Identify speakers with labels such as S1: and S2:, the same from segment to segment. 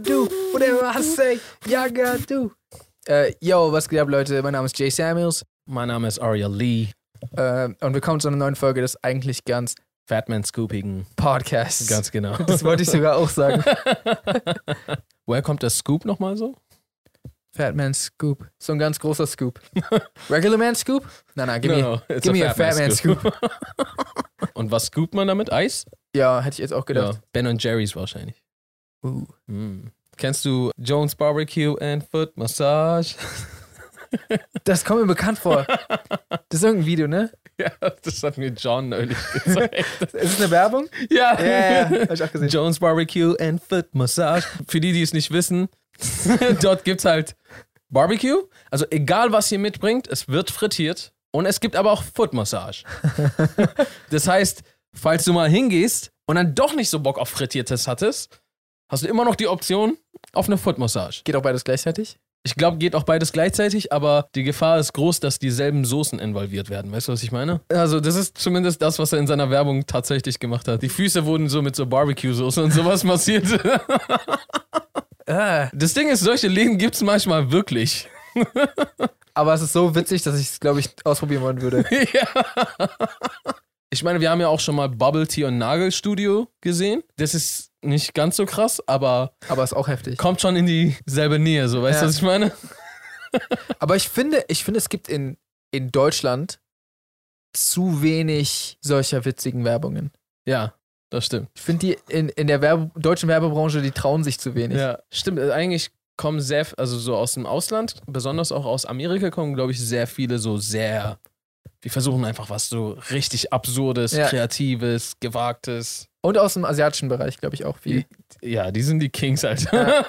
S1: Whatever I say, y'all got to. Äh, yo, was geht ab, Leute? Mein Name ist Jay Samuels
S2: Mein Name ist Aria Lee,
S1: äh, und willkommen zu einer neuen Folge des eigentlich ganz
S2: Fatman Scoopigen.
S1: Podcasts.
S2: Ganz genau.
S1: Das wollte ich sogar auch sagen.
S2: Woher kommt der Scoop nochmal so?
S1: Fat Man Scoop. So ein ganz großer Scoop. Regular Man Scoop? Nein, nein, gib mir.
S2: it's
S1: give me a Fat Man
S2: Und was scoopt man damit? Eis?
S1: Ja, hätte ich jetzt auch gedacht.
S2: Ja, ben und Jerry's wahrscheinlich.
S1: Uh.
S2: Mm. Kennst du Jones Barbecue and Foot Massage?
S1: Das kommt mir bekannt vor. Das ist irgendein Video, ne?
S2: ja, das hat mir John neulich gezeigt.
S1: Ist es eine Werbung?
S2: ja.
S1: hab ich auch gesehen.
S2: Jones Barbecue and Foot Massage. Für die, die es nicht wissen, dort gibt's halt Barbecue. Also egal, was ihr mitbringt, es wird frittiert. Und es gibt aber auch Foot Massage. das heißt, falls du mal hingehst und dann doch nicht so Bock auf Frittiertes hattest, hast du immer noch die Option auf eine Foot Massage.
S1: Geht auch beides gleichzeitig?
S2: Ich glaube, geht auch beides gleichzeitig, aber die Gefahr ist groß, dass dieselben Soßen involviert werden. Weißt du, was ich meine? Also, das ist zumindest das, was er in seiner Werbung tatsächlich gemacht hat. Die Füße wurden so mit so Barbecue-Soße und sowas massiert.
S1: Ah.
S2: Das Ding ist, solche Läden gibt es manchmal wirklich.
S1: Aber es ist so witzig, dass ich es, glaube ich, ausprobieren wollen würde.
S2: Ich meine, wir haben ja auch schon mal Bubble Tea und Nagelstudio gesehen. Das ist nicht ganz so krass, aber
S1: Aber es ist auch heftig.
S2: kommt schon in dieselbe Nähe, so weißt du,
S1: Ja.
S2: was ich meine?
S1: Aber ich finde, ich finde, es gibt in, in Deutschland zu wenig solcher witzigen Werbungen.
S2: Ja, das stimmt.
S1: Ich finde die in, in der Werbe, deutschen Werbebranche, die trauen sich zu wenig.
S2: Ja, stimmt. Also Eigentlich kommen sehr, also so aus dem Ausland, besonders auch aus Amerika kommen, glaube ich, sehr viele so sehr. Wir versuchen einfach was so richtig Absurdes,
S1: Ja.
S2: Kreatives, Gewagtes.
S1: Und aus dem asiatischen Bereich, glaube ich, auch viel.
S2: Ja, die sind die Kings, Alter.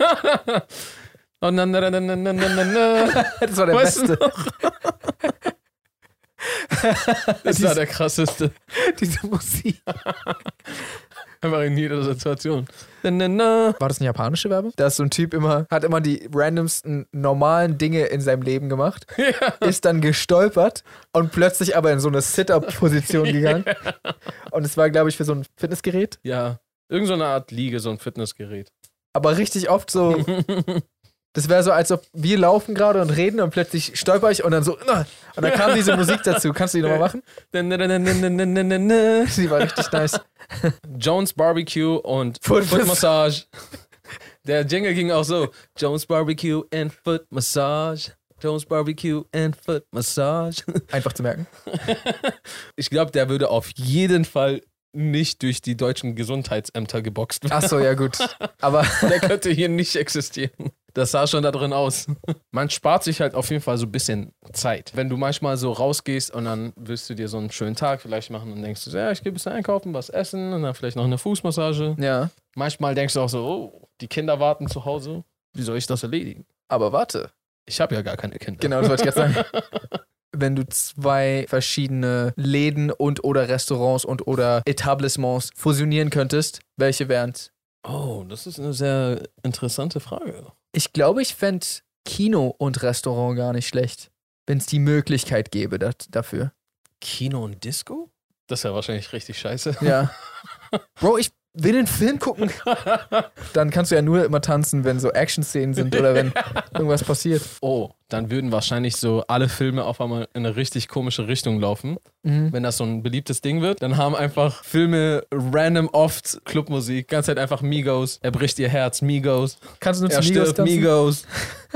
S2: Oh, na, na, na, na, na, na, na, na.
S1: Das war der
S2: Weißt du
S1: Beste.
S2: Das war der krasseste.
S1: Diese Musik.
S2: Einfach in jeder Situation. Na, na, na.
S1: War das eine japanische Werbung? Da ist so ein Typ immer, hat immer die randomsten normalen Dinge in seinem Leben gemacht, ist dann gestolpert und plötzlich aber in so eine Sit-Up-Position gegangen. Und es war, glaube ich, für so ein Fitnessgerät,
S2: Ja, irgend so eine Art Liege, so ein Fitnessgerät.
S1: aber richtig oft so. Das wäre so, als ob wir laufen gerade und reden und plötzlich stolper ich und dann so. "Ah!" Und dann kam diese Musik dazu. Kannst du die nochmal machen?
S2: Na, na, na, na, na, na, na, na, na.
S1: Die war richtig nice.
S2: Jones Barbecue und
S1: Foot
S2: Foot, Massage. Der Jingle ging auch so. Jones Barbecue and Foot Massage. Jones Barbecue and Foot Massage.
S1: Einfach zu merken.
S2: Ich glaube, der würde auf jeden Fall nicht durch die deutschen Gesundheitsämter geboxt werden.
S1: Achso, ja, gut. Aber
S2: Der könnte hier nicht existieren. Das sah schon da drin aus. Man spart sich halt auf jeden Fall so ein bisschen Zeit. Wenn du manchmal so rausgehst und dann willst du dir so einen schönen Tag vielleicht machen und denkst du, so, ja, ich gehe ein bisschen einkaufen, was essen und dann vielleicht noch eine Fußmassage.
S1: ja.
S2: Manchmal denkst du auch so, oh, die Kinder warten zu Hause. Wie soll ich das erledigen?
S1: Aber warte.
S2: Ich habe ja gar keine Kinder.
S1: Genau, das wollte ich gerade sagen. Wenn du zwei verschiedene Läden und oder Restaurants und oder Etablissements fusionieren könntest, welche wären's?
S2: Oh, das ist eine sehr interessante Frage.
S1: Ich glaube, ich fände Kino und Restaurant gar nicht schlecht, wenn es die Möglichkeit gäbe dat, dafür.
S2: Kino und Disco? Das ist ja wahrscheinlich richtig scheiße.
S1: Ja. Bro, ich will den Film gucken. Dann kannst du ja nur immer tanzen, wenn so Action-Szenen sind oder wenn irgendwas passiert.
S2: Oh, dann würden wahrscheinlich so alle Filme auf einmal in eine richtig komische Richtung laufen.
S1: Mhm.
S2: Wenn das so ein beliebtes Ding wird, dann haben einfach Filme random oft Clubmusik. Ganz halt einfach Migos. Er bricht ihr Herz, Migos.
S1: Kannst du nur
S2: Er
S1: zu Migos
S2: stirbt,
S1: tanzen?
S2: Migos.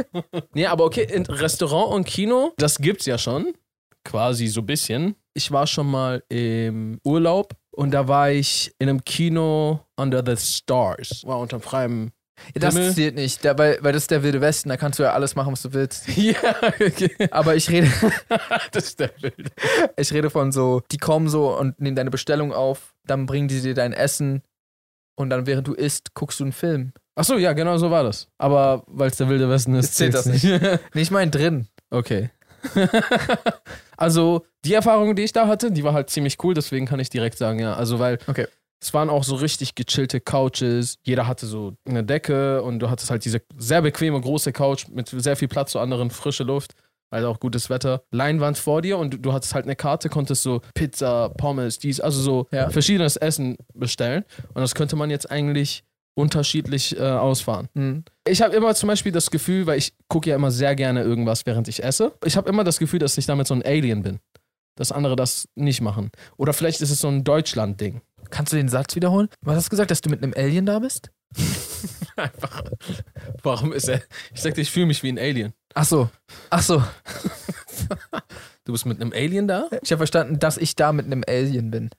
S2: nee, aber okay, in Restaurant und Kino, das gibt's ja schon. Quasi so ein bisschen. Ich war schon mal im Urlaub und da war ich in einem Kino Under the Stars. War unter freiem.
S1: Ja, Das
S2: Himmel.
S1: zählt nicht, da, weil, weil das ist der Wilde Westen, da kannst du ja alles machen, was du willst.
S2: ja, okay.
S1: Aber ich rede,
S2: das ist der Bild.
S1: ich rede von so, die kommen so und nehmen deine Bestellung auf, dann bringen die dir dein Essen und dann während du isst, guckst du einen Film.
S2: Achso, ja, genau so war das. Aber weil es der Wilde Westen ist,
S1: Zählt das
S2: zählt's nicht.
S1: Nee, ich meine drin.
S2: Okay. also, die Erfahrung, die ich da hatte, die war halt ziemlich cool, deswegen kann ich direkt sagen, ja. Also, weil
S1: Okay.
S2: es waren auch so richtig gechillte Couches. Jeder hatte so eine Decke und du hattest halt diese sehr bequeme große Couch mit sehr viel Platz zur anderen, frische Luft, weil auch gutes Wetter. Leinwand vor dir und du, du hattest halt eine Karte, konntest so Pizza, Pommes, dies, also so
S1: Ja.
S2: verschiedenes Essen bestellen. Und das könnte man jetzt eigentlich unterschiedlich äh, ausfahren.
S1: Mhm.
S2: Ich habe immer zum Beispiel das Gefühl, weil ich gucke ja immer sehr gerne irgendwas, während ich esse. Ich habe immer das Gefühl, dass ich damit so ein Alien bin. Dass andere das nicht machen. Oder vielleicht ist es so ein Deutschland-Ding.
S1: Kannst du den Satz wiederholen? Was hast du gesagt, dass du mit einem Alien da bist?
S2: Einfach. Warum ist er? Ich sagte, ich fühle mich wie ein Alien.
S1: Ach so. Ach so.
S2: Du bist mit einem Alien da?
S1: Ich habe verstanden, dass ich da mit einem Alien bin.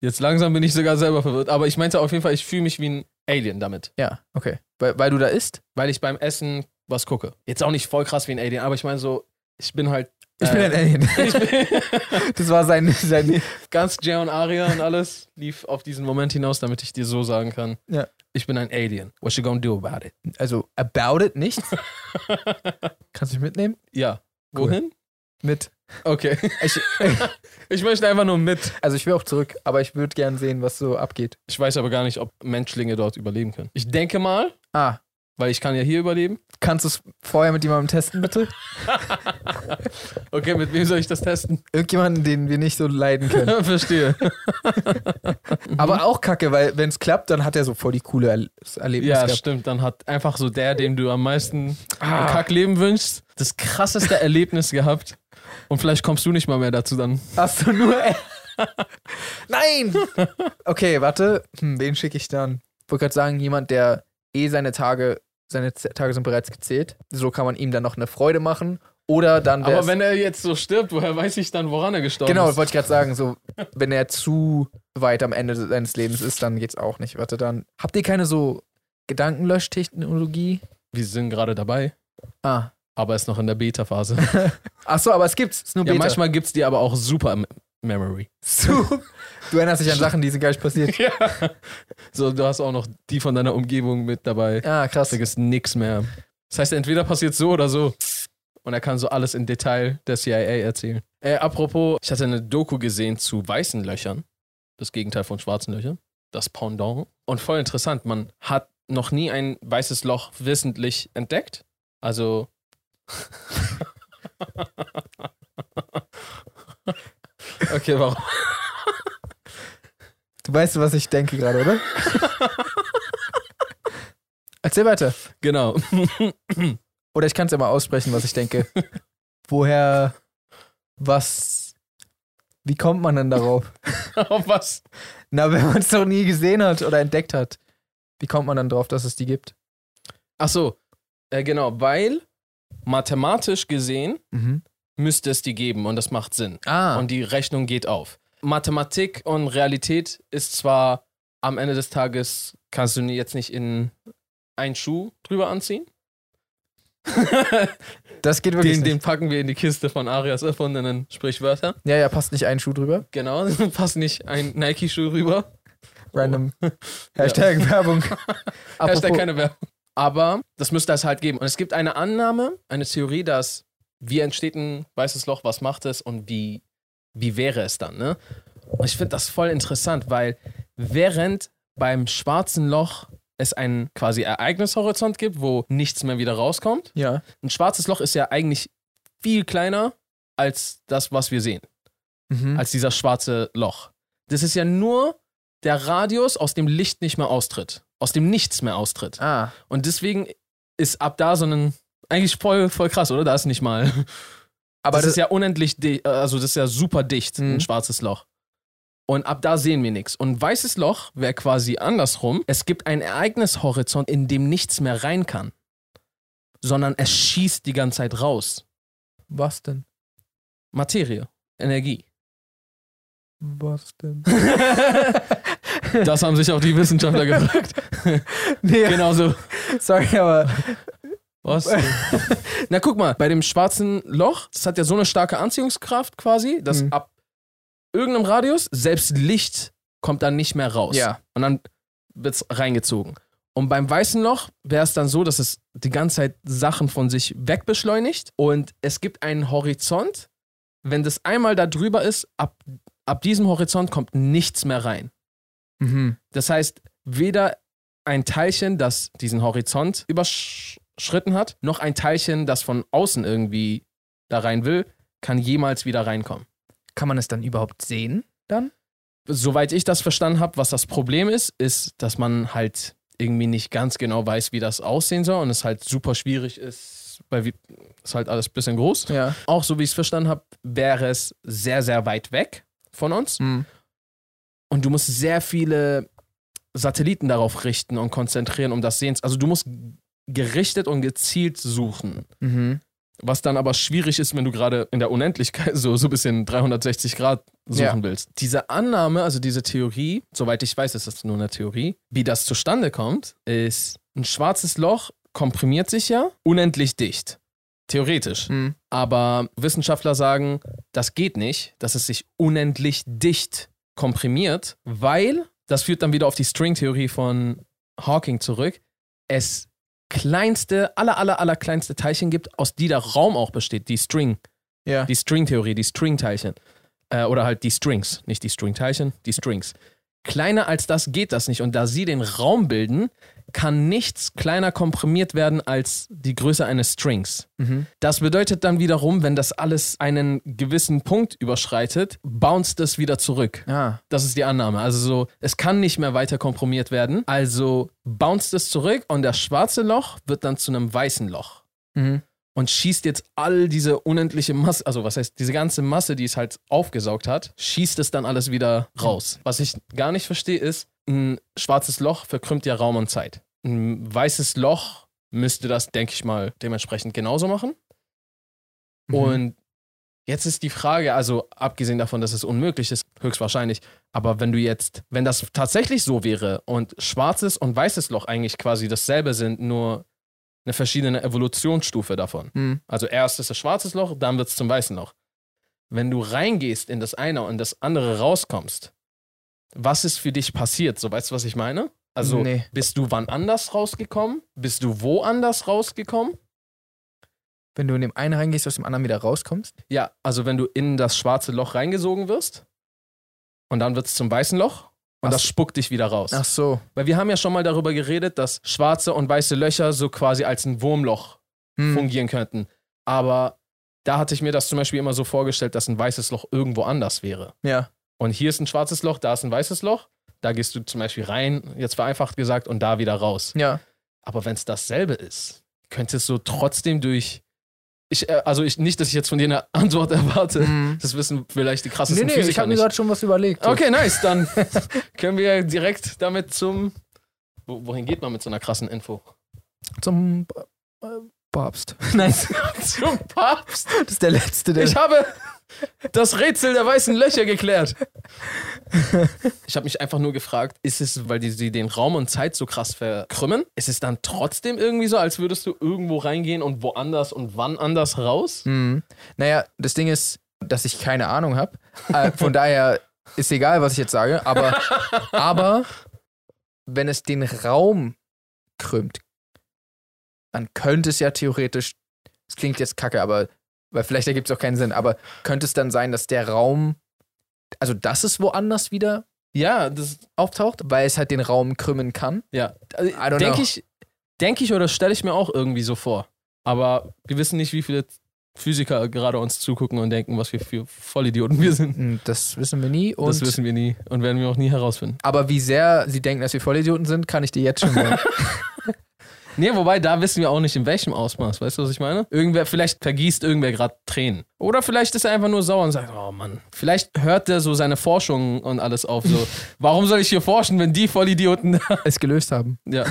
S2: Jetzt langsam bin ich sogar selber verwirrt. Aber ich meinte auf jeden Fall, ich fühle mich wie ein Alien damit.
S1: Ja, okay. Weil, weil du da isst?
S2: Weil ich beim Essen was gucke. Jetzt auch nicht voll krass wie ein Alien, aber ich meine so, ich bin halt.
S1: Ich bin ein Alien. Äh, Das war sein, sein
S2: ganz Jay und Aria und alles lief auf diesen Moment hinaus, damit ich dir so sagen kann,
S1: Ja.
S2: ich bin ein Alien. What you gonna do about it?
S1: also about it nichts. Kannst du mich mitnehmen?
S2: Ja.
S1: Cool.
S2: Wohin?
S1: Mit.
S2: Okay.
S1: Ich,
S2: Ich möchte einfach nur mit.
S1: also ich will auch zurück, aber ich würde gern sehen, was so abgeht.
S2: Ich weiß aber gar nicht, ob Menschlinge dort überleben können. Ich denke mal,
S1: Ah,
S2: weil ich kann ja hier überleben.
S1: kannst du es vorher mit jemandem testen, bitte?
S2: Okay, mit wem soll ich das testen?
S1: Irgendjemanden, den wir nicht so leiden können.
S2: Verstehe.
S1: Aber auch kacke, weil wenn es klappt, dann hat er so voll die coole Erl Erlebnis
S2: Ja,
S1: gehabt.
S2: stimmt. Dann hat einfach so der, dem du am meisten
S1: Ah.
S2: ein Kackleben wünschst, das krasseste Erlebnis gehabt. Und vielleicht kommst du nicht mal mehr dazu dann.
S1: Hast du nur. Nein! Okay, warte. Hm, wen schicke ich dann? Ich wollte gerade sagen, jemand, der eh seine Tage, seine Z- Tage sind bereits gezählt. So kann man ihm dann noch eine Freude machen. Oder dann wär's-
S2: Aber wenn er jetzt so stirbt, woher weiß ich dann, woran er gestorben
S1: Genau,
S2: ist?
S1: wollte ich gerade sagen, so, wenn er zu weit am Ende seines Lebens ist, dann geht's auch nicht. Warte, dann. Habt ihr keine so Gedankenlöschtechnologie?
S2: Wir sind gerade dabei,
S1: Ah.
S2: aber ist noch in der Beta-Phase.
S1: Achso, aber es gibt's. Es ist nur
S2: ja,
S1: Beta.
S2: manchmal gibt es die aber auch super im Memory.
S1: Zu- Du erinnerst dich an Sachen, die sind gar nicht passiert.
S2: Ja. So, du hast auch noch die von deiner Umgebung mit dabei.
S1: Ah, krass.
S2: Da ist nichts mehr. Das heißt, entweder passiert so oder so. Und er kann so alles in Detail der CIA erzählen. Äh, apropos, ich hatte eine Doku gesehen zu weißen Löchern. Das Gegenteil von schwarzen Löchern. Das Pendant. Und voll interessant, man hat noch nie ein weißes Loch wissentlich entdeckt. Also. okay, warum?
S1: Du weißt, was ich denke gerade, oder? Erzähl weiter.
S2: Genau.
S1: Oder ich kann es ja mal aussprechen, was ich denke. Woher, was, wie kommt man denn darauf?
S2: Auf was?
S1: Na, wenn man es noch nie gesehen hat oder entdeckt hat, wie kommt man dann drauf, dass es die gibt?
S2: Ach so. Äh, genau, weil mathematisch gesehen
S1: Mhm.
S2: müsste es die geben und das macht Sinn.
S1: Ah,
S2: Und die Rechnung geht auf. Mathematik und Realität ist zwar am Ende des Tages, kannst du jetzt nicht in einen Schuh drüber anziehen.
S1: das geht wirklich
S2: Den, den
S1: nicht.
S2: packen wir in die Kiste von Arias erfundenen Sprichwörter.
S1: Ja, ja, passt nicht ein Schuh drüber.
S2: Genau, passt nicht ein Nike-Schuh rüber.
S1: Random. Hashtag Werbung.
S2: Hashtag
S1: Apropos-
S2: keine Werbung. Aber das müsste es halt geben. Und es gibt eine Annahme, eine Theorie, dass wie entsteht ein weißes Loch, was macht es und wie, wie wäre es dann, ne? Und ich finde das voll interessant, weil während beim schwarzen Loch es einen quasi Ereignishorizont gibt, wo nichts mehr wieder rauskommt,
S1: ja.
S2: ein schwarzes Loch ist ja eigentlich viel kleiner als das, was wir sehen
S1: Mhm.
S2: als dieser schwarze Loch. Das ist ja nur der Radius, aus dem Licht nicht mehr austritt, aus dem nichts mehr austritt.
S1: Ah,
S2: Und deswegen ist ab da so ein eigentlich voll voll krass, oder? Da ist nicht mal.
S1: aber
S2: das,
S1: das,
S2: ist ja unendlich, di- also das ist ja super dicht,
S1: Mhm.
S2: ein schwarzes Loch. Und ab da sehen wir nichts. Und ein weißes Loch wäre quasi andersrum. Es gibt einen Ereignishorizont, in dem nichts mehr rein kann, sondern es schießt die ganze Zeit raus.
S1: was denn?
S2: Materie, Energie.
S1: Was denn?
S2: Das haben sich auch die Wissenschaftler gefragt.
S1: nee,
S2: Genauso.
S1: sorry, aber
S2: Was? Na, guck mal, bei dem schwarzen Loch, das hat ja so eine starke Anziehungskraft quasi, dass
S1: Mhm.
S2: ab irgendeinem Radius selbst Licht kommt dann nicht mehr raus.
S1: Ja.
S2: Und dann wird's reingezogen. Und beim weißen Loch wäre es dann so, dass es die ganze Zeit Sachen von sich wegbeschleunigt und es gibt einen Horizont. Wenn das einmal da drüber ist, ab, ab diesem Horizont kommt nichts mehr rein.
S1: Mhm.
S2: Das heißt, weder ein Teilchen, das diesen Horizont überschritten hat, noch ein Teilchen, das von außen irgendwie da rein will, kann jemals wieder reinkommen.
S1: kann man es dann überhaupt sehen?
S2: Soweit ich das verstanden habe, was das Problem ist, ist, dass man halt irgendwie nicht ganz genau weiß, wie das aussehen soll und es halt super schwierig ist, weil wie, ist halt alles ein bisschen groß.
S1: Ja.
S2: Auch so wie ich es verstanden habe, wäre es sehr, sehr weit weg von uns
S1: Mhm.
S2: und du musst sehr viele Satelliten darauf richten und konzentrieren, um das sehen zu. Also du musst gerichtet und gezielt suchen.
S1: Mhm.
S2: Was dann aber schwierig ist, wenn du gerade in der Unendlichkeit so, so ein bisschen 360 Grad suchen
S1: Ja.
S2: willst. Diese Annahme, also diese Theorie, soweit ich weiß, ist das nur eine Theorie, wie das zustande kommt, ist ein schwarzes Loch komprimiert sich ja unendlich dicht. Theoretisch.
S1: Mhm.
S2: Aber Wissenschaftler sagen, das geht nicht, dass es sich unendlich dicht komprimiert, weil, das führt dann wieder auf die Stringtheorie von Hawking zurück, es kleinste, aller, aller, aller kleinste Teilchen gibt, aus die der Raum auch besteht, die String,
S1: Ja.
S2: die Stringtheorie, die Stringteilchen. Äh, oder halt die Strings, nicht die Stringteilchen, die Strings. Kleiner als das geht das nicht. Und da sie den Raum bilden, kann nichts kleiner komprimiert werden als die Größe eines Strings.
S1: Mhm.
S2: Das bedeutet dann wiederum, wenn das alles einen gewissen Punkt überschreitet, bounced es wieder zurück.
S1: Ah.
S2: Das ist die Annahme. Also so, es kann nicht mehr weiter komprimiert werden. Also bounced es zurück und das schwarze Loch wird dann zu einem weißen Loch
S1: Mhm.
S2: und schießt jetzt all diese unendliche Masse, also was heißt, diese ganze Masse, die es halt aufgesaugt hat, schießt es dann alles wieder raus. Was ich gar nicht verstehe ist, ein schwarzes Loch verkrümmt ja Raum und Zeit. Ein weißes Loch müsste das, denke ich mal, dementsprechend genauso machen.
S1: Mhm.
S2: Und jetzt ist die Frage, also abgesehen davon, dass es unmöglich ist, höchstwahrscheinlich, aber wenn du jetzt, wenn das tatsächlich so wäre und schwarzes und weißes Loch eigentlich quasi dasselbe sind, nur eine verschiedene Evolutionsstufe davon.
S1: Mhm.
S2: Also erst ist das schwarzes Loch, dann wird es zum weißen Loch. Wenn du reingehst in das eine und das andere rauskommst, was ist für dich passiert? So weißt du, was ich meine? Also
S1: Nee.
S2: bist du wann anders rausgekommen? Bist du woanders rausgekommen?
S1: Wenn du in dem einen reingehst, aus dem anderen wieder rauskommst.
S2: Ja, also wenn du in das schwarze Loch reingesogen wirst und dann wird es zum weißen Loch und
S1: Ach
S2: das
S1: so.
S2: spuckt dich wieder raus.
S1: Ach so.
S2: Weil wir haben ja schon mal darüber geredet, dass schwarze und weiße Löcher so quasi als ein Wurmloch
S1: Mhm.
S2: fungieren könnten. Aber da hatte ich mir das zum Beispiel immer so vorgestellt, dass ein weißes Loch irgendwo anders wäre.
S1: Ja.
S2: Und hier ist ein schwarzes Loch, da ist ein weißes Loch, da gehst du zum Beispiel rein, jetzt vereinfacht gesagt, und da wieder raus.
S1: Ja.
S2: Aber wenn es dasselbe ist, könntest du trotzdem durch. Ich, äh, also ich, nicht, dass ich jetzt von dir eine Antwort erwarte.
S1: Mhm.
S2: Das wissen vielleicht die
S1: Nee,
S2: krassesten
S1: nee, ich
S2: Physiker
S1: habe mir
S2: nicht.
S1: gerade schon was überlegt.
S2: Okay, nice. Dann können wir direkt damit zum. Wo- Wohin geht man mit so einer krassen Info?
S1: Zum äh, Papst. Nein,
S2: Zum Papst.
S1: das ist der letzte, der.
S2: Ich habe das Rätsel der weißen Löcher geklärt. Ich habe mich einfach nur gefragt, ist es, weil die, die den Raum und Zeit so krass verkrümmen, ist es dann trotzdem irgendwie so, als würdest du irgendwo reingehen und woanders und wann anders raus?
S1: Mhm. Naja, das Ding ist, dass ich keine Ahnung habe. Äh, von daher ist egal, was ich jetzt sage. Aber, aber wenn es den Raum krümmt, dann könnte es ja theoretisch, es klingt jetzt kacke, aber weil vielleicht ergibt es auch keinen Sinn, aber könnte es dann sein, dass der Raum, also dass es woanders wieder
S2: Ja, das,
S1: auftaucht, weil es halt den Raum krümmen kann?
S2: Ja,
S1: don't
S2: denke
S1: know.
S2: ich, denk ich oder stelle ich mir auch irgendwie so vor. Aber wir wissen nicht, wie viele Physiker gerade uns zugucken und denken, was wir für Vollidioten wir sind.
S1: Hm, Das wissen wir nie. Und
S2: das wissen wir nie und werden wir auch nie herausfinden.
S1: Aber wie sehr sie denken, dass wir Vollidioten sind, kann ich dir jetzt schon sagen.
S2: Nee, wobei, da wissen wir auch nicht, in welchem Ausmaß. Weißt du, was ich meine? Irgendwer, vielleicht vergießt irgendwer gerade Tränen. Oder vielleicht ist er einfach nur sauer und sagt, oh Mann. Vielleicht hört er so seine Forschungen und alles auf. So, warum soll ich hier forschen, wenn die Vollidioten.
S1: es gelöst haben.
S2: ja.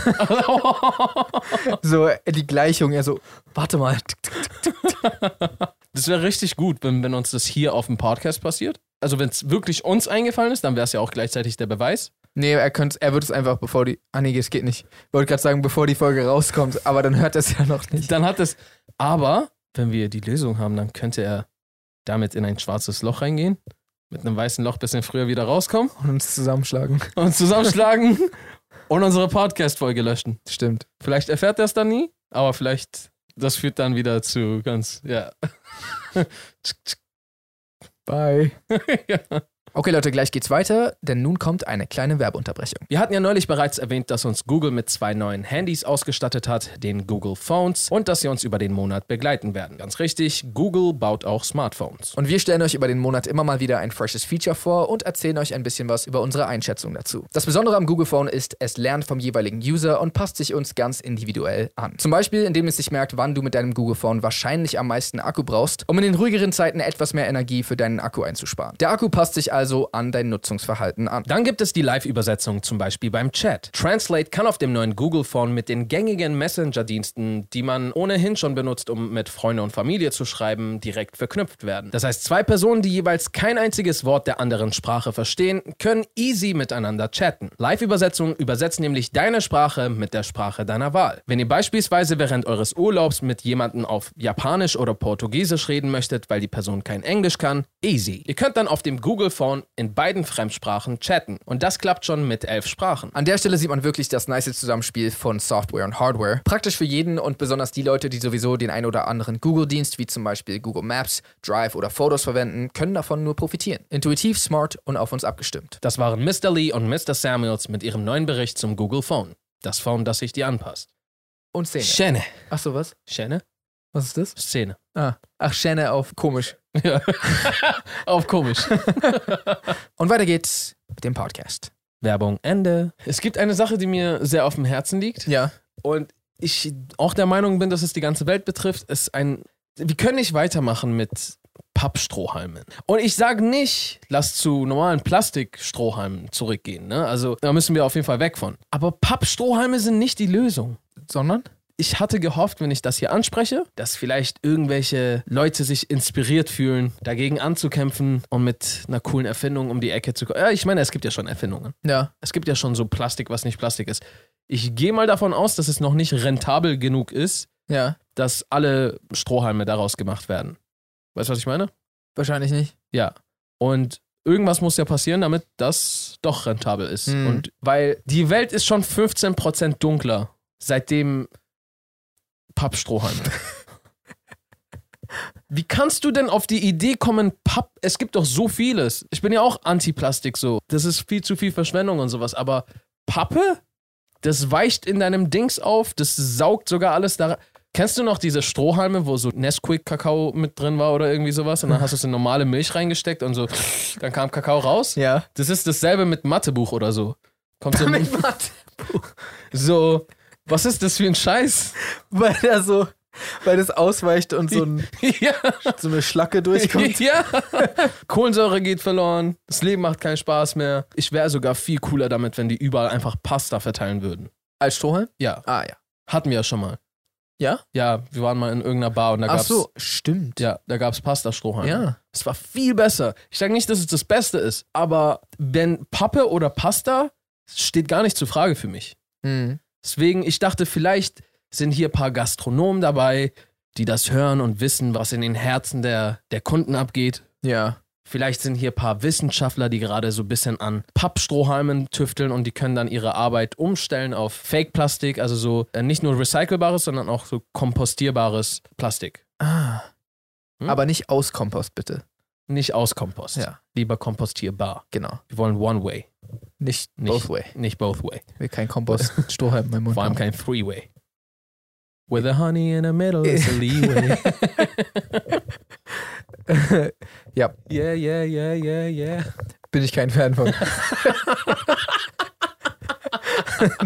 S1: so äh, die Gleichung, er so, warte mal.
S2: Das wäre richtig gut, wenn, wenn uns das hier auf dem Podcast passiert. Also wenn es wirklich uns eingefallen ist, dann wäre es ja auch gleichzeitig der Beweis.
S1: Nee, er, könnt's, er wird es einfach, bevor die. Ah, nee, es geht nicht. Ich wollte gerade sagen, bevor die Folge rauskommt, aber dann hört er es ja noch nicht.
S2: Dann hat es. Aber wenn wir die Lösung haben, dann könnte er damit in ein schwarzes Loch reingehen, mit einem weißen Loch bisschen früher wieder rauskommen
S1: Und uns zusammenschlagen.
S2: und zusammenschlagen und unsere Podcast-Folge löschen.
S1: Stimmt.
S2: Vielleicht erfährt er es dann nie, aber vielleicht das führt dann wieder zu ganz ja.
S1: Bye.
S2: ja.
S1: Okay, Leute, gleich geht's weiter, denn nun kommt eine kleine Werbeunterbrechung.
S2: Wir hatten ja neulich bereits erwähnt, dass uns Google mit zwei neuen Handys ausgestattet hat, den Google Phones, und dass sie uns über den Monat begleiten werden. Ganz richtig, Google baut auch Smartphones.
S1: Und wir stellen euch über den Monat immer mal wieder ein freshes Feature vor und erzählen euch ein bisschen was über unsere Einschätzung dazu. Das Besondere am Google Phone ist, es lernt vom jeweiligen User und passt sich uns ganz individuell an. Zum Beispiel, indem es sich merkt, wann du mit deinem Google Phone wahrscheinlich am meisten Akku brauchst, um in den ruhigeren Zeiten etwas mehr Energie für deinen Akku einzusparen. Der Akku passt sich also an dein Nutzungsverhalten an.
S2: Dann gibt es die Live-Übersetzung, zum Beispiel beim Chat. Translate kann auf dem neuen Google Phone mit den gängigen Messenger-Diensten, die man ohnehin schon benutzt, um mit Freunde und Familie zu schreiben, direkt verknüpft werden. Das heißt, zwei Personen, die jeweils kein einziges Wort der anderen Sprache verstehen, können easy miteinander chatten. Live-Übersetzung übersetzt nämlich deine Sprache mit der Sprache deiner Wahl. Wenn ihr beispielsweise während eures Urlaubs mit jemandem auf Japanisch oder Portugiesisch reden möchtet, weil die Person kein Englisch kann, easy. Ihr könnt dann auf dem Google Phone in beiden Fremdsprachen chatten. Und das klappt schon mit elf Sprachen.
S1: An der Stelle sieht man wirklich das nice Zusammenspiel von Software und Hardware. Praktisch für jeden und besonders die Leute, die sowieso den ein oder anderen Google-Dienst wie zum Beispiel Google Maps, Drive oder Fotos verwenden, können davon nur profitieren. Intuitiv, smart und auf uns abgestimmt.
S2: Das waren Mr. Lee und Mr. Samuels mit ihrem neuen Bericht zum Google Phone. Das Phone, das sich dir anpasst.
S1: Und Szene.
S2: Schäne.
S1: Ach so, was?
S2: Schäne?
S1: Was ist das?
S2: Szene.
S1: Ah. Ach, Schäne auf komisch.
S2: Ja. Auf komisch.
S1: Und weiter geht's mit dem Podcast.
S2: Werbung Ende. Es gibt eine Sache, die mir sehr auf dem Herzen liegt
S1: Ja.
S2: und ich auch der Meinung bin, dass es die ganze Welt betrifft. Ist ein wir können nicht weitermachen mit Pappstrohhalmen. Und ich sage nicht, lass zu normalen Plastikstrohhalmen zurückgehen. Ne? Also da müssen wir auf jeden Fall weg von. Aber Pappstrohhalme sind nicht die Lösung
S1: Sondern?
S2: ich hatte gehofft, wenn ich das hier anspreche, dass vielleicht irgendwelche Leute sich inspiriert fühlen, dagegen anzukämpfen und mit einer coolen Erfindung um die Ecke zu kommen. Ja, ich meine, es gibt ja schon Erfindungen.
S1: Ja.
S2: Es gibt ja schon so Plastik, was nicht Plastik ist. Ich gehe mal davon aus, dass es noch nicht rentabel genug ist,
S1: Ja.
S2: dass alle Strohhalme daraus gemacht werden. Weißt du, was ich meine?
S1: Wahrscheinlich nicht.
S2: Ja. Und irgendwas muss ja passieren, damit das doch rentabel ist.
S1: Mhm.
S2: Und weil die Welt ist schon 15% dunkler, seitdem Pappstrohhalme. Wie kannst du denn auf die Idee kommen, Papp, es gibt doch so vieles. Ich bin ja auch Anti-Plastik so. Das ist viel zu viel Verschwendung und sowas. Aber Pappe? Das weicht in deinem Dings auf, das saugt sogar alles da. Kennst du noch diese Strohhalme, wo so Nesquik-Kakao mit drin war oder irgendwie sowas? Und dann hast du es in normale Milch reingesteckt und so, dann kam Kakao raus?
S1: Ja.
S2: Das ist dasselbe mit Mathebuch oder so. Kommt so,
S1: Damit warte.
S2: so, was ist das für ein Scheiß?
S1: Weil er so, weil das ausweicht und so, ein,
S2: ja.
S1: so eine Schlacke durchkommt.
S2: ja. Kohlensäure geht verloren, das Leben macht keinen Spaß mehr. Ich wäre sogar viel cooler damit, wenn die überall einfach Pasta verteilen würden.
S1: Als Strohhalm?
S2: Ja,
S1: Ah ja.
S2: hatten wir ja schon mal.
S1: Ja?
S2: Ja, wir waren mal in irgendeiner Bar und da
S1: Ach
S2: gab's
S1: so, stimmt.
S2: Ja, da gab es Pasta-Strohhalme.
S1: Ja.
S2: Es war viel besser. Ich sage nicht, dass es das Beste ist, aber wenn Pappe oder Pasta, steht gar nicht zur Frage für mich.
S1: Mhm.
S2: Deswegen, ich dachte, vielleicht sind hier ein paar Gastronomen dabei, die das hören und wissen, was in den Herzen der, der Kunden abgeht.
S1: Ja.
S2: Vielleicht sind hier ein paar Wissenschaftler, die gerade so ein bisschen an Pappstrohhalmen tüfteln und die können dann ihre Arbeit umstellen auf Fake-Plastik, also so äh, nicht nur recycelbares, sondern auch so kompostierbares Plastik.
S1: Ah.
S2: Hm?
S1: Aber nicht aus Kompost, bitte.
S2: Nicht aus Kompost.
S1: Ja.
S2: Lieber kompostierbar.
S1: Genau.
S2: Wir wollen One Way,
S1: Nicht,
S2: Nicht-
S1: both way.
S2: nicht Both Way.
S1: Will kein Kompost. Strohhalm in meinem Mund.
S2: Vor allem
S1: haben.
S2: kein Three Way. With a honey in the middle is a leeway.
S1: Ja.
S2: Yeah, yeah, yeah, yeah, yeah.
S1: Bin ich kein Fan von.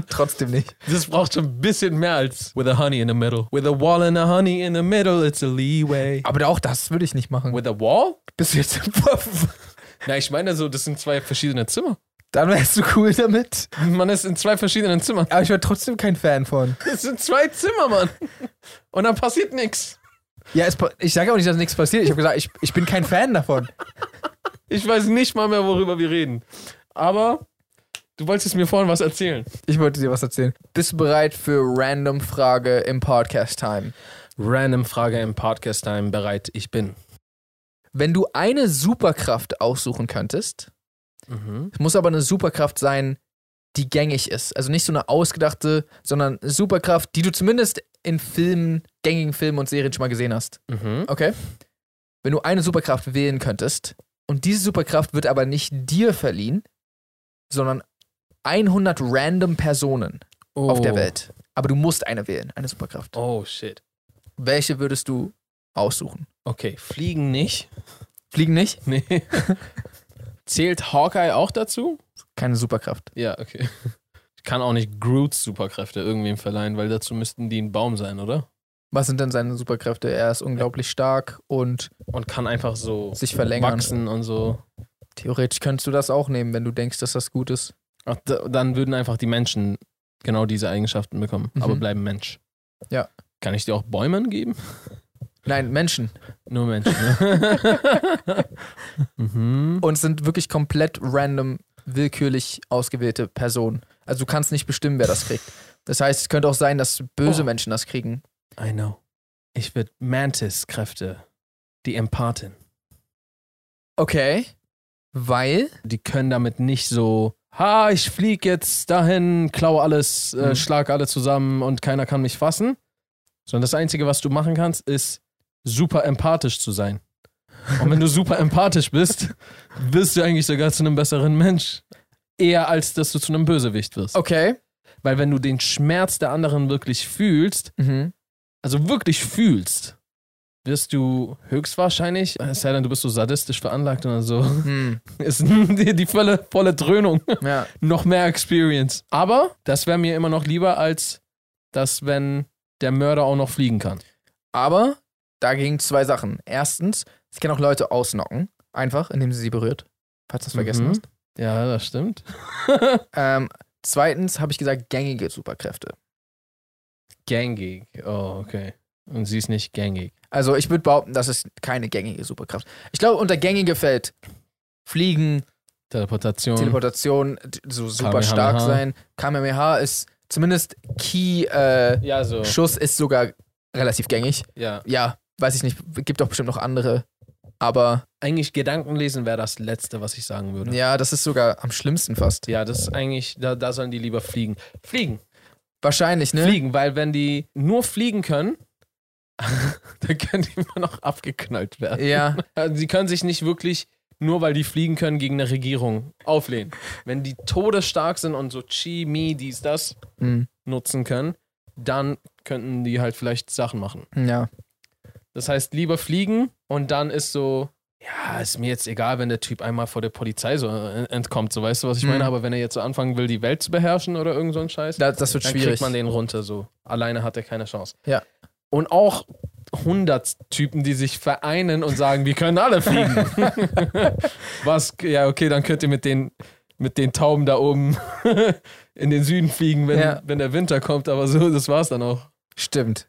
S1: Trotzdem nicht.
S2: Das braucht schon ein bisschen mehr als With a honey in the middle. With a wall and a honey in the middle, it's a leeway.
S1: Aber auch das würde ich nicht machen.
S2: With a wall?
S1: Bist du jetzt im
S2: Na, ich meine so, das sind zwei verschiedene Zimmer.
S1: Dann wärst du cool damit.
S2: Man ist in zwei verschiedenen Zimmern.
S1: Aber ich wäre trotzdem kein Fan von.
S2: Das sind zwei Zimmer, Mann. Und dann passiert nichts.
S1: Ja, es, pa- ich sage auch nicht, dass nichts passiert. Ich habe gesagt, ich, ich bin kein Fan davon.
S2: Ich weiß nicht mal mehr, worüber wir reden. Aber du wolltest mir vorhin was erzählen.
S1: Ich wollte dir was erzählen. Bist du bereit für Random Frage im Podcast Time?
S2: Random Frage im Podcast Time bereit, ich bin.
S1: Wenn du eine Superkraft aussuchen könntest,
S2: Mhm.
S1: es muss aber eine Superkraft sein, die gängig ist. Also nicht so eine ausgedachte, sondern eine Superkraft, die du zumindest in Filmen, gängigen Filmen und Serien schon mal gesehen hast.
S2: Mhm.
S1: Okay? Wenn du eine Superkraft wählen könntest Und diese Superkraft wird aber nicht dir verliehen, sondern 100 random Personen
S2: Oh.
S1: auf der Welt. Aber du musst eine wählen, eine Superkraft.
S2: Oh, shit.
S1: Welche würdest du aussuchen?
S2: Okay, fliegen nicht.
S1: Fliegen nicht?
S2: Nee. Zählt Hawkeye auch dazu?
S1: Keine Superkraft.
S2: Ja, okay. Ich kann auch nicht Groots Superkräfte irgendwem verleihen, weil dazu müssten die ein Baum sein, oder?
S1: Was sind denn seine Superkräfte? Er ist unglaublich stark und
S2: Und kann einfach so
S1: sich verlängern.
S2: wachsen und so.
S1: Theoretisch könntest du das auch nehmen, wenn du denkst, dass das gut ist.
S2: Ach, da- dann würden einfach die Menschen genau diese Eigenschaften bekommen,
S1: Mhm.
S2: aber bleiben Mensch.
S1: Ja.
S2: Kann ich dir auch Bäumen geben?
S1: Nein, Menschen.
S2: Nur Menschen. Ne? mhm.
S1: Und es sind wirklich komplett random, willkürlich ausgewählte Personen. Also du kannst nicht bestimmen, wer das kriegt. Das heißt, es könnte auch sein, dass böse
S2: Oh.
S1: Menschen das kriegen.
S2: I know. Ich würde Mantis-Kräfte, die Empathin,
S1: Okay. Weil.
S2: die können damit nicht so, ha, ich flieg jetzt dahin, klau alles, äh,
S1: Mhm.
S2: schlag alle zusammen und keiner kann mich fassen. Sondern das Einzige, was du machen kannst, ist super empathisch zu sein. Und wenn du super empathisch bist, wirst du eigentlich sogar zu einem besseren Mensch. Eher als dass du zu einem Bösewicht wirst.
S1: Okay.
S2: Weil wenn du den Schmerz der anderen wirklich fühlst,
S1: Mhm.
S2: also wirklich fühlst, wirst du höchstwahrscheinlich, es sei denn, du bist so sadistisch veranlagt oder so,
S1: Hm.
S2: ist die, die volle, volle Dröhnung.
S1: Ja.
S2: Noch mehr Experience. Aber das wäre mir immer noch lieber, als das, wenn der Mörder auch noch fliegen kann.
S1: Aber dagegen zwei Sachen. Erstens, es kann auch Leute ausnocken. Einfach, indem sie sie berührt. Falls du es vergessen
S2: Mhm.
S1: hast.
S2: Ja, das stimmt.
S1: Ähm, zweitens habe ich gesagt, gängige Superkräfte.
S2: Gängig. Oh, okay. Und sie ist nicht gängig.
S1: Also ich würde behaupten, das ist keine gängige Superkraft. Ich glaube, unter gängige fällt Fliegen,
S2: Teleportation.
S1: Teleportation, d- so super
S2: Kamehameha.
S1: stark sein. Kamehameha ist zumindest Key äh,
S2: ja, so.
S1: Schuss ist sogar relativ gängig.
S2: Ja.
S1: Ja, weiß ich nicht, gibt doch bestimmt noch andere. Aber
S2: Eigentlich Gedankenlesen wäre das Letzte, was ich sagen würde.
S1: ja, das ist sogar am schlimmsten fast.
S2: Ja, das ist eigentlich, da, da sollen die lieber fliegen. Fliegen.
S1: Wahrscheinlich, ne?
S2: Fliegen, weil wenn die nur fliegen können, dann können die immer noch abgeknallt werden.
S1: Ja,
S2: Also sie können sich nicht wirklich, nur weil die fliegen können, gegen eine Regierung auflehnen. Wenn die todesstark sind und so Chi, Mi, dies, das
S1: hm,
S2: nutzen können, dann könnten die halt vielleicht Sachen machen.
S1: ja.
S2: Das heißt, lieber fliegen und dann ist so, ja, ist mir jetzt egal, wenn der Typ einmal vor der Polizei so äh, entkommt, so weißt du, was ich
S1: Mhm.
S2: meine? Aber wenn er jetzt so anfangen will, die Welt zu beherrschen oder irgend so ein Scheiß,
S1: Das, das wird
S2: dann
S1: schwierig.
S2: kriegt man den runter so. Alleine hat er keine Chance.
S1: Ja.
S2: Und auch 100 Typen, die sich vereinen und sagen, wir können alle fliegen. Was, ja, okay, dann könnt ihr mit den, mit den Tauben da oben in den Süden fliegen, wenn,
S1: Ja.
S2: wenn der Winter kommt, aber so, das war's dann auch.
S1: Stimmt.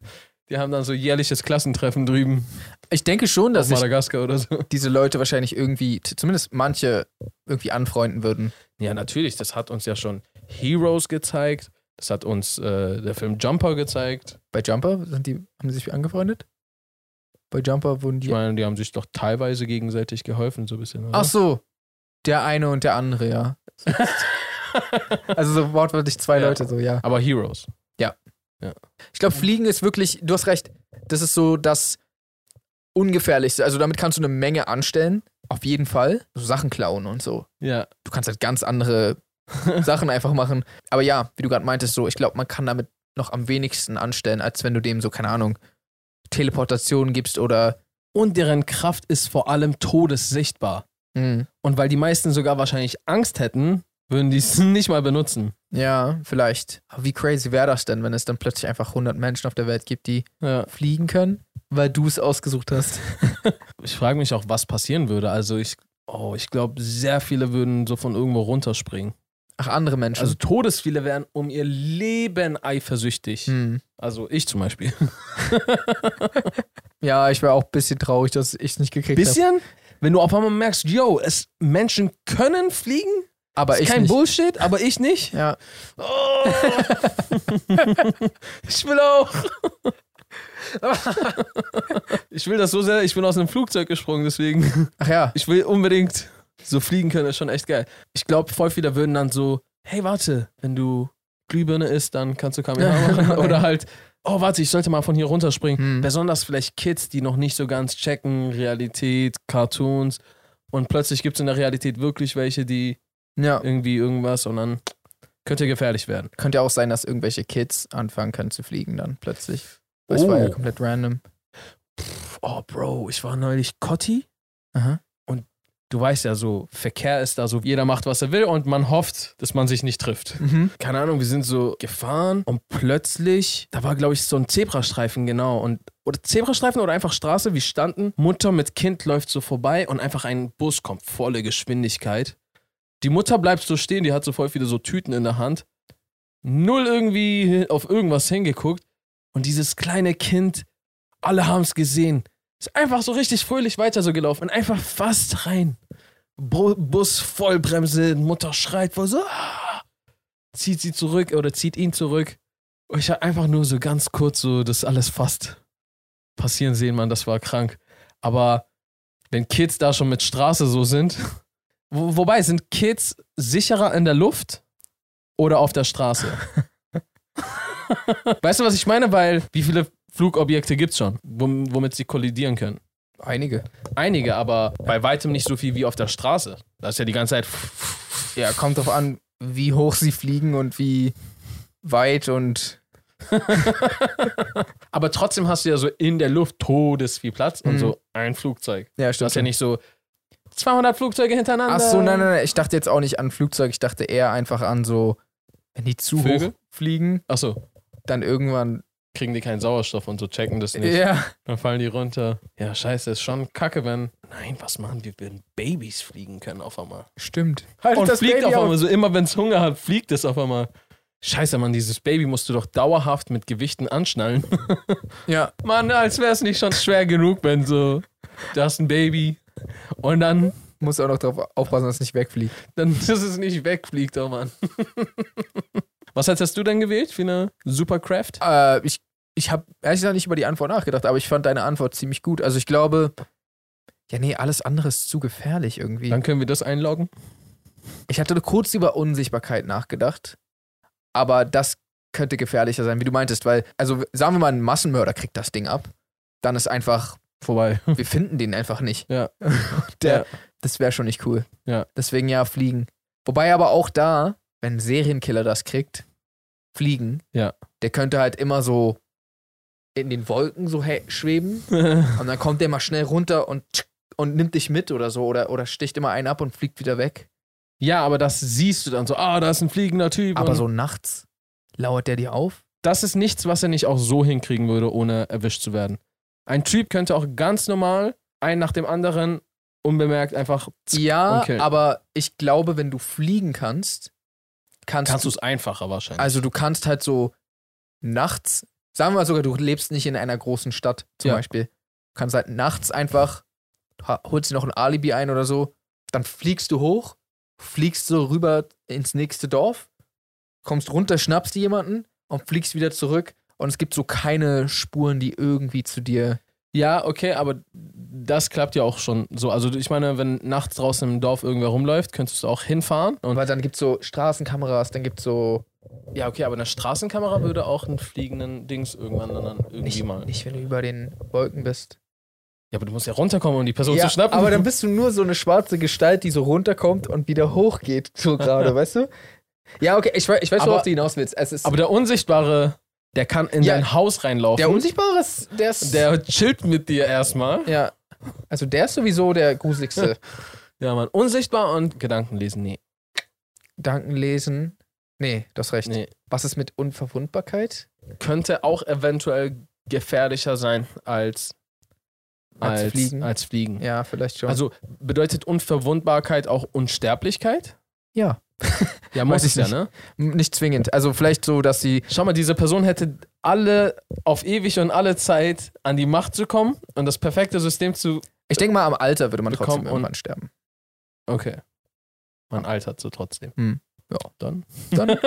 S2: Die haben dann so jährliches Klassentreffen drüben
S1: Ich denke schon, dass
S2: auf
S1: ich
S2: Madagaskar oder so.
S1: diese Leute wahrscheinlich irgendwie, t- zumindest manche, irgendwie anfreunden würden.
S2: Ja, natürlich, das hat uns ja schon Heroes gezeigt, das hat uns äh, der Film Jumper gezeigt.
S1: Bei Jumper sind die, haben sie sich angefreundet? Bei Jumper wurden
S2: Ich
S1: die.
S2: meine, die haben sich doch teilweise gegenseitig geholfen, so ein bisschen. oder?
S1: Ach so, der eine und der andere, ja. Also so wortwörtlich zwei
S2: Ja.
S1: Leute, so, ja.
S2: Aber Heroes.
S1: Ich glaube, Fliegen ist wirklich, du hast recht, das ist so das Ungefährlichste. Also damit kannst du eine Menge anstellen, auf jeden Fall. So Sachen klauen und so.
S2: Ja.
S1: Du kannst halt ganz andere Sachen einfach machen. Aber ja, wie du gerade meintest, so, ich glaube, man kann damit noch am wenigsten anstellen, als wenn du dem so, keine Ahnung, Teleportation gibst oder.
S2: Und deren Kraft ist vor allem todessichtbar.
S1: Mh,
S2: Und weil die meisten sogar wahrscheinlich Angst hätten, würden die es nicht mal benutzen.
S1: ja, vielleicht. Aber wie crazy wäre das denn, wenn es dann plötzlich einfach 100 Menschen auf der Welt gibt, die
S2: Ja.
S1: fliegen können, weil du es ausgesucht hast.
S2: Ich frage mich auch, was passieren würde. Also ich, oh, ich glaube, sehr viele würden so von irgendwo runterspringen.
S1: Ach, andere Menschen.
S2: Also todesviele wären um ihr Leben eifersüchtig.
S1: hm.
S2: Also ich zum Beispiel.
S1: Ja, ich wäre auch ein bisschen traurig, dass ich es nicht gekriegt habe.
S2: Bisschen? Wenn du auf einmal merkst, yo, es, Menschen können fliegen,
S1: Aber
S2: ist
S1: ich
S2: kein
S1: nicht.
S2: Bullshit, aber ich nicht.
S1: ja.
S2: Oh. ich will auch. ich will das so sehr, ich bin aus einem Flugzeug gesprungen, deswegen.
S1: Ach ja.
S2: Ich will unbedingt so fliegen können, ist schon echt geil. Ich glaube, voll viele würden dann so, hey, warte, wenn du Glühbirne isst, dann kannst du Kamehameha machen. Oder halt, oh, warte, ich sollte mal von hier runterspringen.
S1: Hm.
S2: Besonders vielleicht Kids, die noch nicht so ganz checken, Realität, Cartoons. und plötzlich gibt es in der Realität wirklich welche, die
S1: Ja.
S2: irgendwie irgendwas und dann könnte gefährlich werden.
S1: Könnte ja auch sein, dass irgendwelche Kids anfangen können zu fliegen dann plötzlich. Weil es
S2: Oh.
S1: war ja komplett random.
S2: Oh, Bro, ich war neulich Cotti.
S1: Aha.
S2: Du weißt ja so, Verkehr ist da so, jeder macht, was er will und man hofft, dass man sich nicht trifft.
S1: Mhm.
S2: keine Ahnung, wir sind so gefahren und plötzlich, da war glaube ich so ein Zebrastreifen, genau. Und, oder Zebrastreifen oder einfach Straße, wir standen, Mutter mit Kind läuft so vorbei und einfach ein Bus kommt, volle Geschwindigkeit. Die Mutter bleibt so stehen, die hat so voll viele so Tüten in der Hand. Null irgendwie auf irgendwas hingeguckt. Und dieses kleine Kind, alle haben es gesehen, ist einfach so richtig fröhlich weiter so gelaufen und einfach fast rein. Bru- Bus Vollbremse, Mutter schreit voll so, "Ah!" zieht sie zurück oder zieht ihn zurück. Und ich habe einfach nur so ganz kurz so das alles fast passieren sehen, Mann, das war krank. Aber wenn Kids da schon mit Straße so sind, wo, wobei sind Kids sicherer in der Luft oder auf der Straße? weißt du, was ich meine? Weil wie viele Flugobjekte gibt's schon, wom- womit sie kollidieren können?
S1: Einige.
S2: Einige, aber bei weitem nicht so viel wie auf der Straße. Da ist ja die ganze Zeit
S1: Ja, kommt drauf an, wie hoch sie fliegen und wie weit und
S2: Aber trotzdem hast du ja so in der Luft todes viel Platz und
S1: Mhm.
S2: so ein Flugzeug.
S1: ja,
S2: Du
S1: stimmt.
S2: hast ja nicht so 200 Flugzeuge hintereinander.
S1: Ach so, nein, nein, nein, ich dachte jetzt auch nicht an Flugzeug, ich dachte eher einfach an so wenn die zu
S2: Vögel?
S1: hoch fliegen,
S2: Ach so,
S1: dann irgendwann
S2: kriegen die keinen Sauerstoff und so checken das nicht.
S1: ja,
S2: Dann fallen die runter. Ja, scheiße, ist schon kacke, wenn. Nein, was machen wir, wenn Babys fliegen können auf einmal?
S1: stimmt. Halt
S2: und fliegt
S1: Baby
S2: auf
S1: auf.
S2: einmal so. Immer wenn es Hunger hat, fliegt es auf einmal. Scheiße, Mann, dieses Baby musst du doch dauerhaft mit Gewichten anschnallen.
S1: Ja,
S2: Mann, als wäre es nicht schon schwer genug, wenn so. Du hast ein Baby und dann
S1: muss auch noch drauf aufpassen, dass es nicht wegfliegt.
S2: dann dass es nicht wegfliegt, oh Mann. Was hättest du denn gewählt für eine Supercraft?
S1: Äh, ich ich habe ehrlich gesagt nicht über die Antwort nachgedacht, aber ich fand deine Antwort ziemlich gut. Also ich glaube, ja, nee, alles andere ist zu gefährlich irgendwie.
S2: Dann können wir das einloggen.
S1: Ich hatte kurz über Unsichtbarkeit nachgedacht, aber das könnte gefährlicher sein, wie du meintest, weil, also sagen wir mal, ein Massenmörder kriegt das Ding ab, dann ist einfach,
S2: Vorbei.
S1: wir finden den einfach nicht.
S2: Ja.
S1: Der,
S2: Ja.
S1: Das wäre schon nicht cool.
S2: Ja.
S1: Deswegen ja, fliegen. Wobei aber auch da, wenn ein Serienkiller das kriegt, fliegen,
S2: Ja.
S1: der könnte halt immer so in den Wolken so hä- schweben und dann kommt der mal schnell runter und, tschick und nimmt dich mit oder so oder, oder sticht immer einen ab und fliegt wieder weg.
S2: ja, aber das siehst du dann so, ah, da ist ein fliegender Typ.
S1: Aber
S2: und
S1: so nachts lauert der dir auf.
S2: das ist nichts, was er nicht auch so hinkriegen würde, ohne erwischt zu werden. Ein Typ könnte auch ganz normal, einen nach dem anderen, unbemerkt einfach,
S1: Ja,
S2: und killen.
S1: aber ich glaube, wenn du fliegen kannst, kannst,
S2: kannst du
S1: du,
S2: es einfacher wahrscheinlich.
S1: also du kannst halt so nachts, sagen wir mal sogar, du lebst nicht in einer großen Stadt zum
S2: Ja.
S1: Beispiel, du kannst halt nachts einfach, ha- holst dir noch ein Alibi ein oder so, dann fliegst du hoch, fliegst so rüber ins nächste Dorf, kommst runter, schnappst dir jemanden und fliegst wieder zurück und es gibt so keine Spuren, die irgendwie zu dir,
S2: Ja, okay, aber das klappt ja auch schon so. Also ich meine, wenn nachts draußen im Dorf irgendwer rumläuft, könntest du auch hinfahren und
S1: weil dann gibt so Straßenkameras, dann gibt so,
S2: Ja, okay, aber eine Straßenkamera würde auch einen fliegenden Dings irgendwann dann irgendwie
S1: nicht,
S2: mal.
S1: nicht wenn du über den Wolken bist.
S2: Ja, aber du musst ja runterkommen, um die Person zu schnappen.
S1: Aber dann bist du nur so eine schwarze Gestalt, die so runterkommt und wieder hochgeht, so gerade, weißt du? Ja, okay, ich, we- ich weiß,
S2: Aber-
S1: worauf du hinaus willst. Es ist
S2: aber der Unsichtbare, der kann in
S1: Ja.
S2: dein Haus reinlaufen.
S1: der Unsichtbare ist, der ist,
S2: der chillt mit dir erstmal.
S1: ja, also der ist sowieso der gruseligste.
S2: Ja, Mann. Unsichtbar und Gedanken lesen. Nee.
S1: Gedanken lesen. Nee, das ist recht.
S2: nee.
S1: Was ist mit Unverwundbarkeit?
S2: Könnte auch eventuell gefährlicher sein als,
S1: Als Fliegen?
S2: Als Fliegen.
S1: Ja, vielleicht schon.
S2: Also bedeutet Unverwundbarkeit auch Unsterblichkeit?
S1: ja,
S2: Ja, muss
S1: Weiß ich
S2: es ja,
S1: nicht.
S2: ne?
S1: M- nicht zwingend. Also vielleicht so, dass sie
S2: Schau mal, diese Person hätte alle auf ewig und alle Zeit an die Macht zu kommen und das perfekte System zu.
S1: ich denke mal am Alter würde man trotzdem
S2: Bekommen und-
S1: irgendwann sterben.
S2: Okay. Man altert so trotzdem.
S1: Hm.
S2: Ja, dann.
S1: Dann.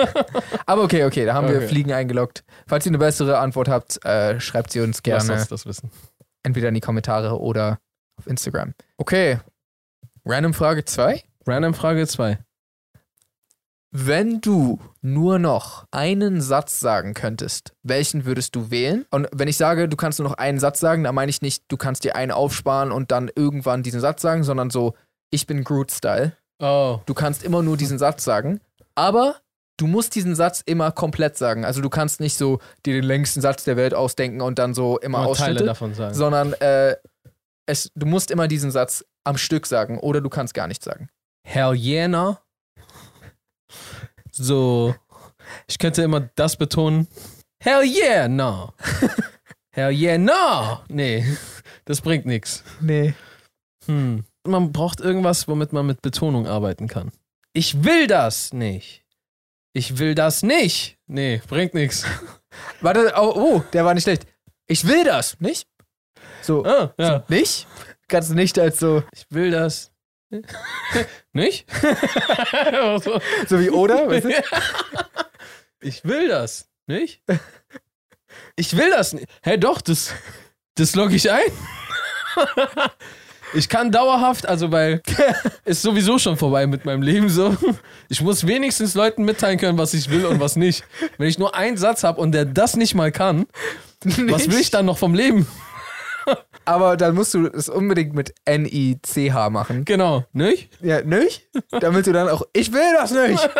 S1: Aber okay, okay, da haben
S2: Okay.
S1: wir Fliegen eingeloggt. Falls ihr eine bessere Antwort habt, äh, schreibt sie uns
S2: Gerne. Lass
S1: gerne.
S2: uns das wissen.
S1: entweder in die Kommentare oder auf Instagram. Okay. Random Frage 2.
S2: Random Frage 2.
S1: Wenn du nur noch einen Satz sagen könntest, welchen würdest du wählen? Und wenn ich sage, du kannst nur noch einen Satz sagen, dann meine ich nicht, du kannst dir einen aufsparen und dann irgendwann diesen Satz sagen, sondern so, ich bin Groot-Style.
S2: Oh.
S1: Du kannst immer nur diesen Satz sagen, aber du musst diesen Satz immer komplett sagen. Also du kannst nicht so dir den längsten Satz der Welt ausdenken und dann so immer
S2: Mal Teile
S1: Ausschnitte,
S2: davon sagen.
S1: sondern äh, es, du musst immer diesen Satz am Stück sagen oder du kannst gar nichts sagen.
S2: Hell yeah, no. So. Ich könnte immer das betonen. Hell yeah, no. Hell yeah, no. Nee, das bringt nichts.
S1: Nee.
S2: Hm. Man braucht irgendwas, womit man mit Betonung arbeiten kann. Ich will das nicht. Ich will das nicht. Nee, bringt nichts.
S1: Warte, oh, oh, der war nicht schlecht. Ich will das, nicht? So,
S2: Ah, ja.
S1: so nicht? Kannst du nicht als so,
S2: Ich will das. nicht? Oder so.
S1: so wie oder? Weißt du?
S2: Ich will das, nicht? Ich will das nicht. Hä, doch, das, das logge ich ein. Ich kann dauerhaft, also weil ist sowieso schon vorbei mit meinem Leben so. Ich muss wenigstens Leuten mitteilen können, was ich will und was nicht. Wenn ich nur einen Satz habe und der das nicht mal kann, was
S1: Nicht?
S2: will ich dann noch vom Leben?
S1: Aber dann musst du es unbedingt mit N-I-C-H machen.
S2: Genau, nicht?
S1: Ja, nicht? Damit du dann auch, ich will das nicht.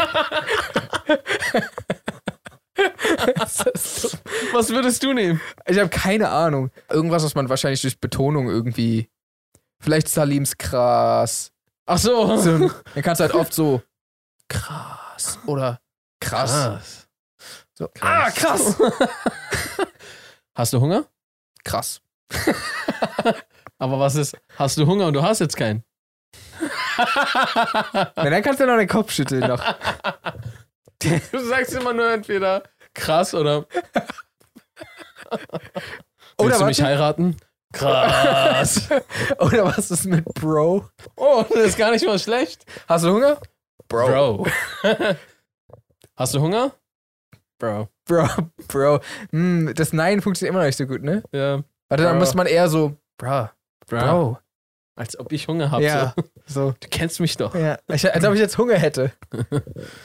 S2: Was würdest du nehmen?
S1: Ich habe keine Ahnung. Irgendwas, was man wahrscheinlich durch Betonung irgendwie. Vielleicht Salims krass.
S2: Ach so.
S1: So, dann kannst du halt oft so krass oder krass.
S2: Krass.
S1: So,
S2: Ah. Krass.
S1: Ah, krass.
S2: Hast du Hunger?
S1: Krass.
S2: Aber was ist, hast du Hunger und du hast jetzt keinen?
S1: Na, dann kannst du noch den Kopf schütteln noch.
S2: Du sagst immer nur entweder krass oder
S1: Oder
S2: willst du mich halt-
S1: warte.
S2: heiraten? Krass.
S1: Oder was ist mit Bro?
S2: Oh, das ist gar nicht mal schlecht.
S1: Hast du Hunger?
S2: Bro. Hast du Hunger? Bro.
S1: Bro, Bro. Hm, das Nein funktioniert immer noch nicht so gut, ne?
S2: Ja.
S1: Warte, dann
S2: Bro.
S1: muss man eher so, Bro,
S2: Bro.
S1: Bro.
S2: Als ob ich Hunger habe.
S1: ja,
S2: So.
S1: so.
S2: Du kennst mich doch.
S1: Ja, ich, als ob ich jetzt Hunger hätte.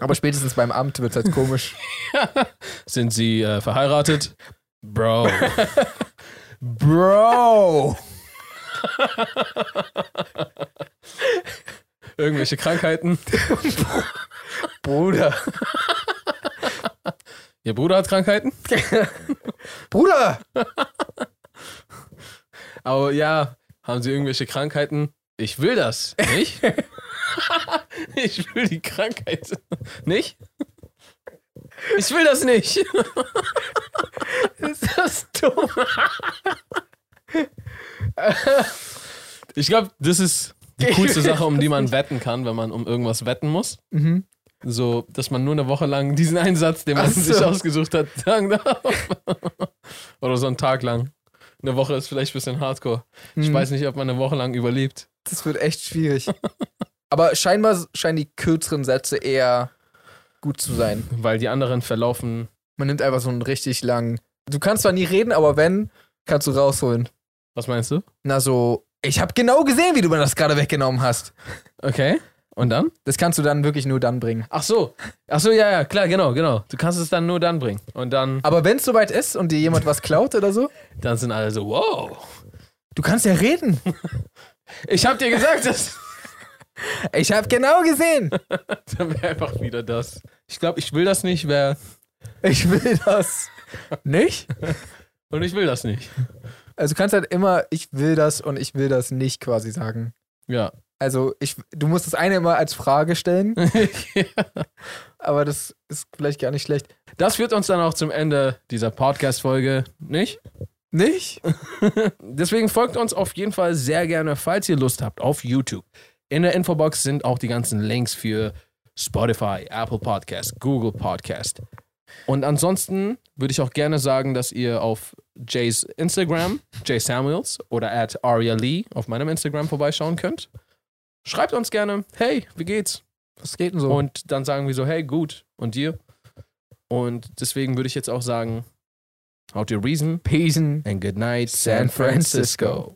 S1: Aber spätestens beim Amt wird es halt komisch.
S2: Sind sie äh, verheiratet? Bro.
S1: Bro!
S2: Irgendwelche Krankheiten?
S1: Bruder!
S2: Ihr Bruder hat Krankheiten?
S1: Bruder!
S2: Aber ja, haben sie irgendwelche Krankheiten? Ich will das. Nicht? ich will die Krankheit. Nicht? Ich will das nicht.
S1: Ist das dumm?
S2: Ich glaube, das ist die coolste Sache, um die man wetten kann, wenn man um irgendwas wetten muss.
S1: Mhm.
S2: So, dass man nur eine Woche lang diesen einen Satz, den man
S1: Ach so.
S2: sich ausgesucht hat, sagen darf. Oder so einen Tag lang. Eine Woche ist vielleicht ein bisschen hardcore. Ich
S1: Mhm.
S2: weiß nicht, ob man eine Woche lang überlebt.
S1: Das wird echt schwierig. Aber scheinbar scheinen die kürzeren Sätze eher gut zu sein.
S2: Weil die anderen verlaufen.
S1: Man nimmt einfach so einen richtig langen. Du kannst zwar nie reden, aber wenn, kannst du rausholen.
S2: Was meinst du?
S1: Na so, ich habe genau gesehen, wie du mir das gerade weggenommen hast.
S2: Okay. Und dann?
S1: Das kannst du dann wirklich nur dann bringen.
S2: Ach so. Ach so, ja, ja, klar, genau, genau. Du kannst es dann nur dann bringen. Und dann,
S1: Aber wenn es soweit ist und dir jemand was klaut oder so,
S2: dann sind alle so, wow.
S1: du kannst ja reden.
S2: Ich hab dir gesagt, das.
S1: Ich habe genau gesehen.
S2: dann wäre einfach wieder das. Ich glaube, ich will das nicht, wer.
S1: Ich will das. Nicht?
S2: Und ich will das nicht.
S1: Also du kannst halt immer, ich will das und ich will das nicht quasi sagen.
S2: Ja.
S1: Also ich, du musst das eine immer als Frage stellen, aber das ist vielleicht gar nicht schlecht.
S2: Das führt uns dann auch zum Ende dieser Podcast-Folge, nicht?
S1: Nicht?
S2: Deswegen folgt uns auf jeden Fall sehr gerne, falls ihr Lust habt, auf YouTube. In der Infobox sind auch die ganzen Links für Spotify, Apple Podcast, Google Podcast. Und ansonsten würde ich auch gerne sagen, dass ihr auf Jays Instagram, Jay Samuels oder at Aria Lee auf meinem Instagram vorbeischauen könnt. Schreibt uns gerne, hey, wie geht's?
S1: Was geht denn so?
S2: Und dann sagen wir so, hey, gut. Und dir? Und deswegen würde ich jetzt auch sagen, out your reason
S1: Pesen.
S2: and good night,
S1: San Francisco.